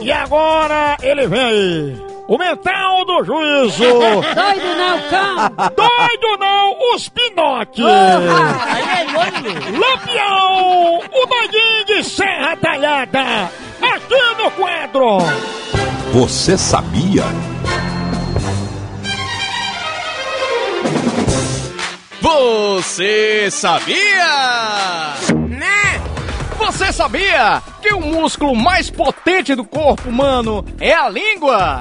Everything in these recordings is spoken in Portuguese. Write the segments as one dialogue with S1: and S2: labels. S1: E agora ele vem! O mental do juízo!
S2: Doido não, cão!
S1: Doido não, os Pinóquio! Lampião, o doidinho de Serra Talhada! Aqui no quadro!
S3: Você sabia?
S4: Você sabia? Né? Você sabia que o músculo mais potente do corpo humano é a língua?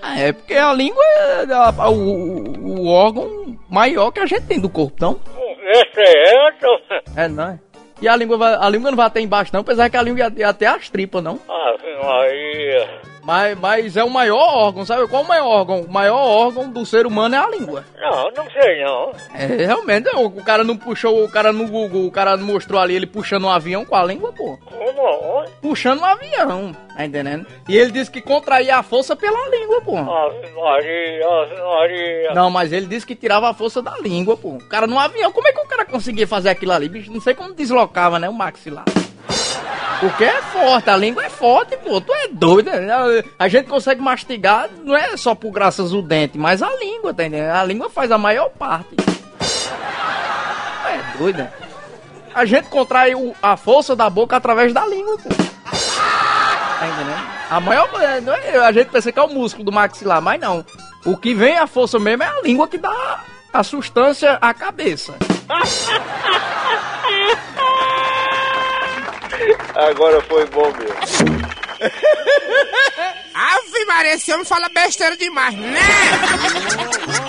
S4: Ah, É porque a língua é a- o, o- o órgão maior que a gente tem do corpo, não?
S5: Esse é
S4: É, não é? E a língua, vai- a língua não vai até embaixo, não, apesar que a língua ia, ia até as tripas, não.
S5: Ave Maria.
S4: Mas, mas é o maior órgão, sabe? Qual é o maior órgão? O maior órgão do ser humano é a língua.
S5: Não, não sei não.
S4: É, realmente, o, o cara não puxou, o cara no Google, o cara mostrou ali ele puxando um avião com a língua, pô.
S5: Como?
S4: Puxando um avião, tá entendendo? E ele disse que contraía a força pela língua, pô.
S5: Ave Maria, Ave Maria.
S4: Não, mas ele disse que tirava a força da língua, pô. O cara no avião, como é que o cara conseguia fazer aquilo ali, bicho? Não sei como deslocava, né, o maxilar. Porque é forte, a língua é forte, pô. Tu é doido, né? A gente consegue mastigar, não é só por graças do dente, mas a língua, tá entendendo? A língua faz a maior parte. É doida. A gente contrai o- a força da boca através da língua, pô. Tá entendendo? A maior. é, não é- A gente pensa que é o músculo do maxilar, mas não. O que vem a força mesmo é a língua que dá a substância à cabeça.
S5: Agora foi bom mesmo.
S6: Ave Maria, esse homem fala besteira demais, né?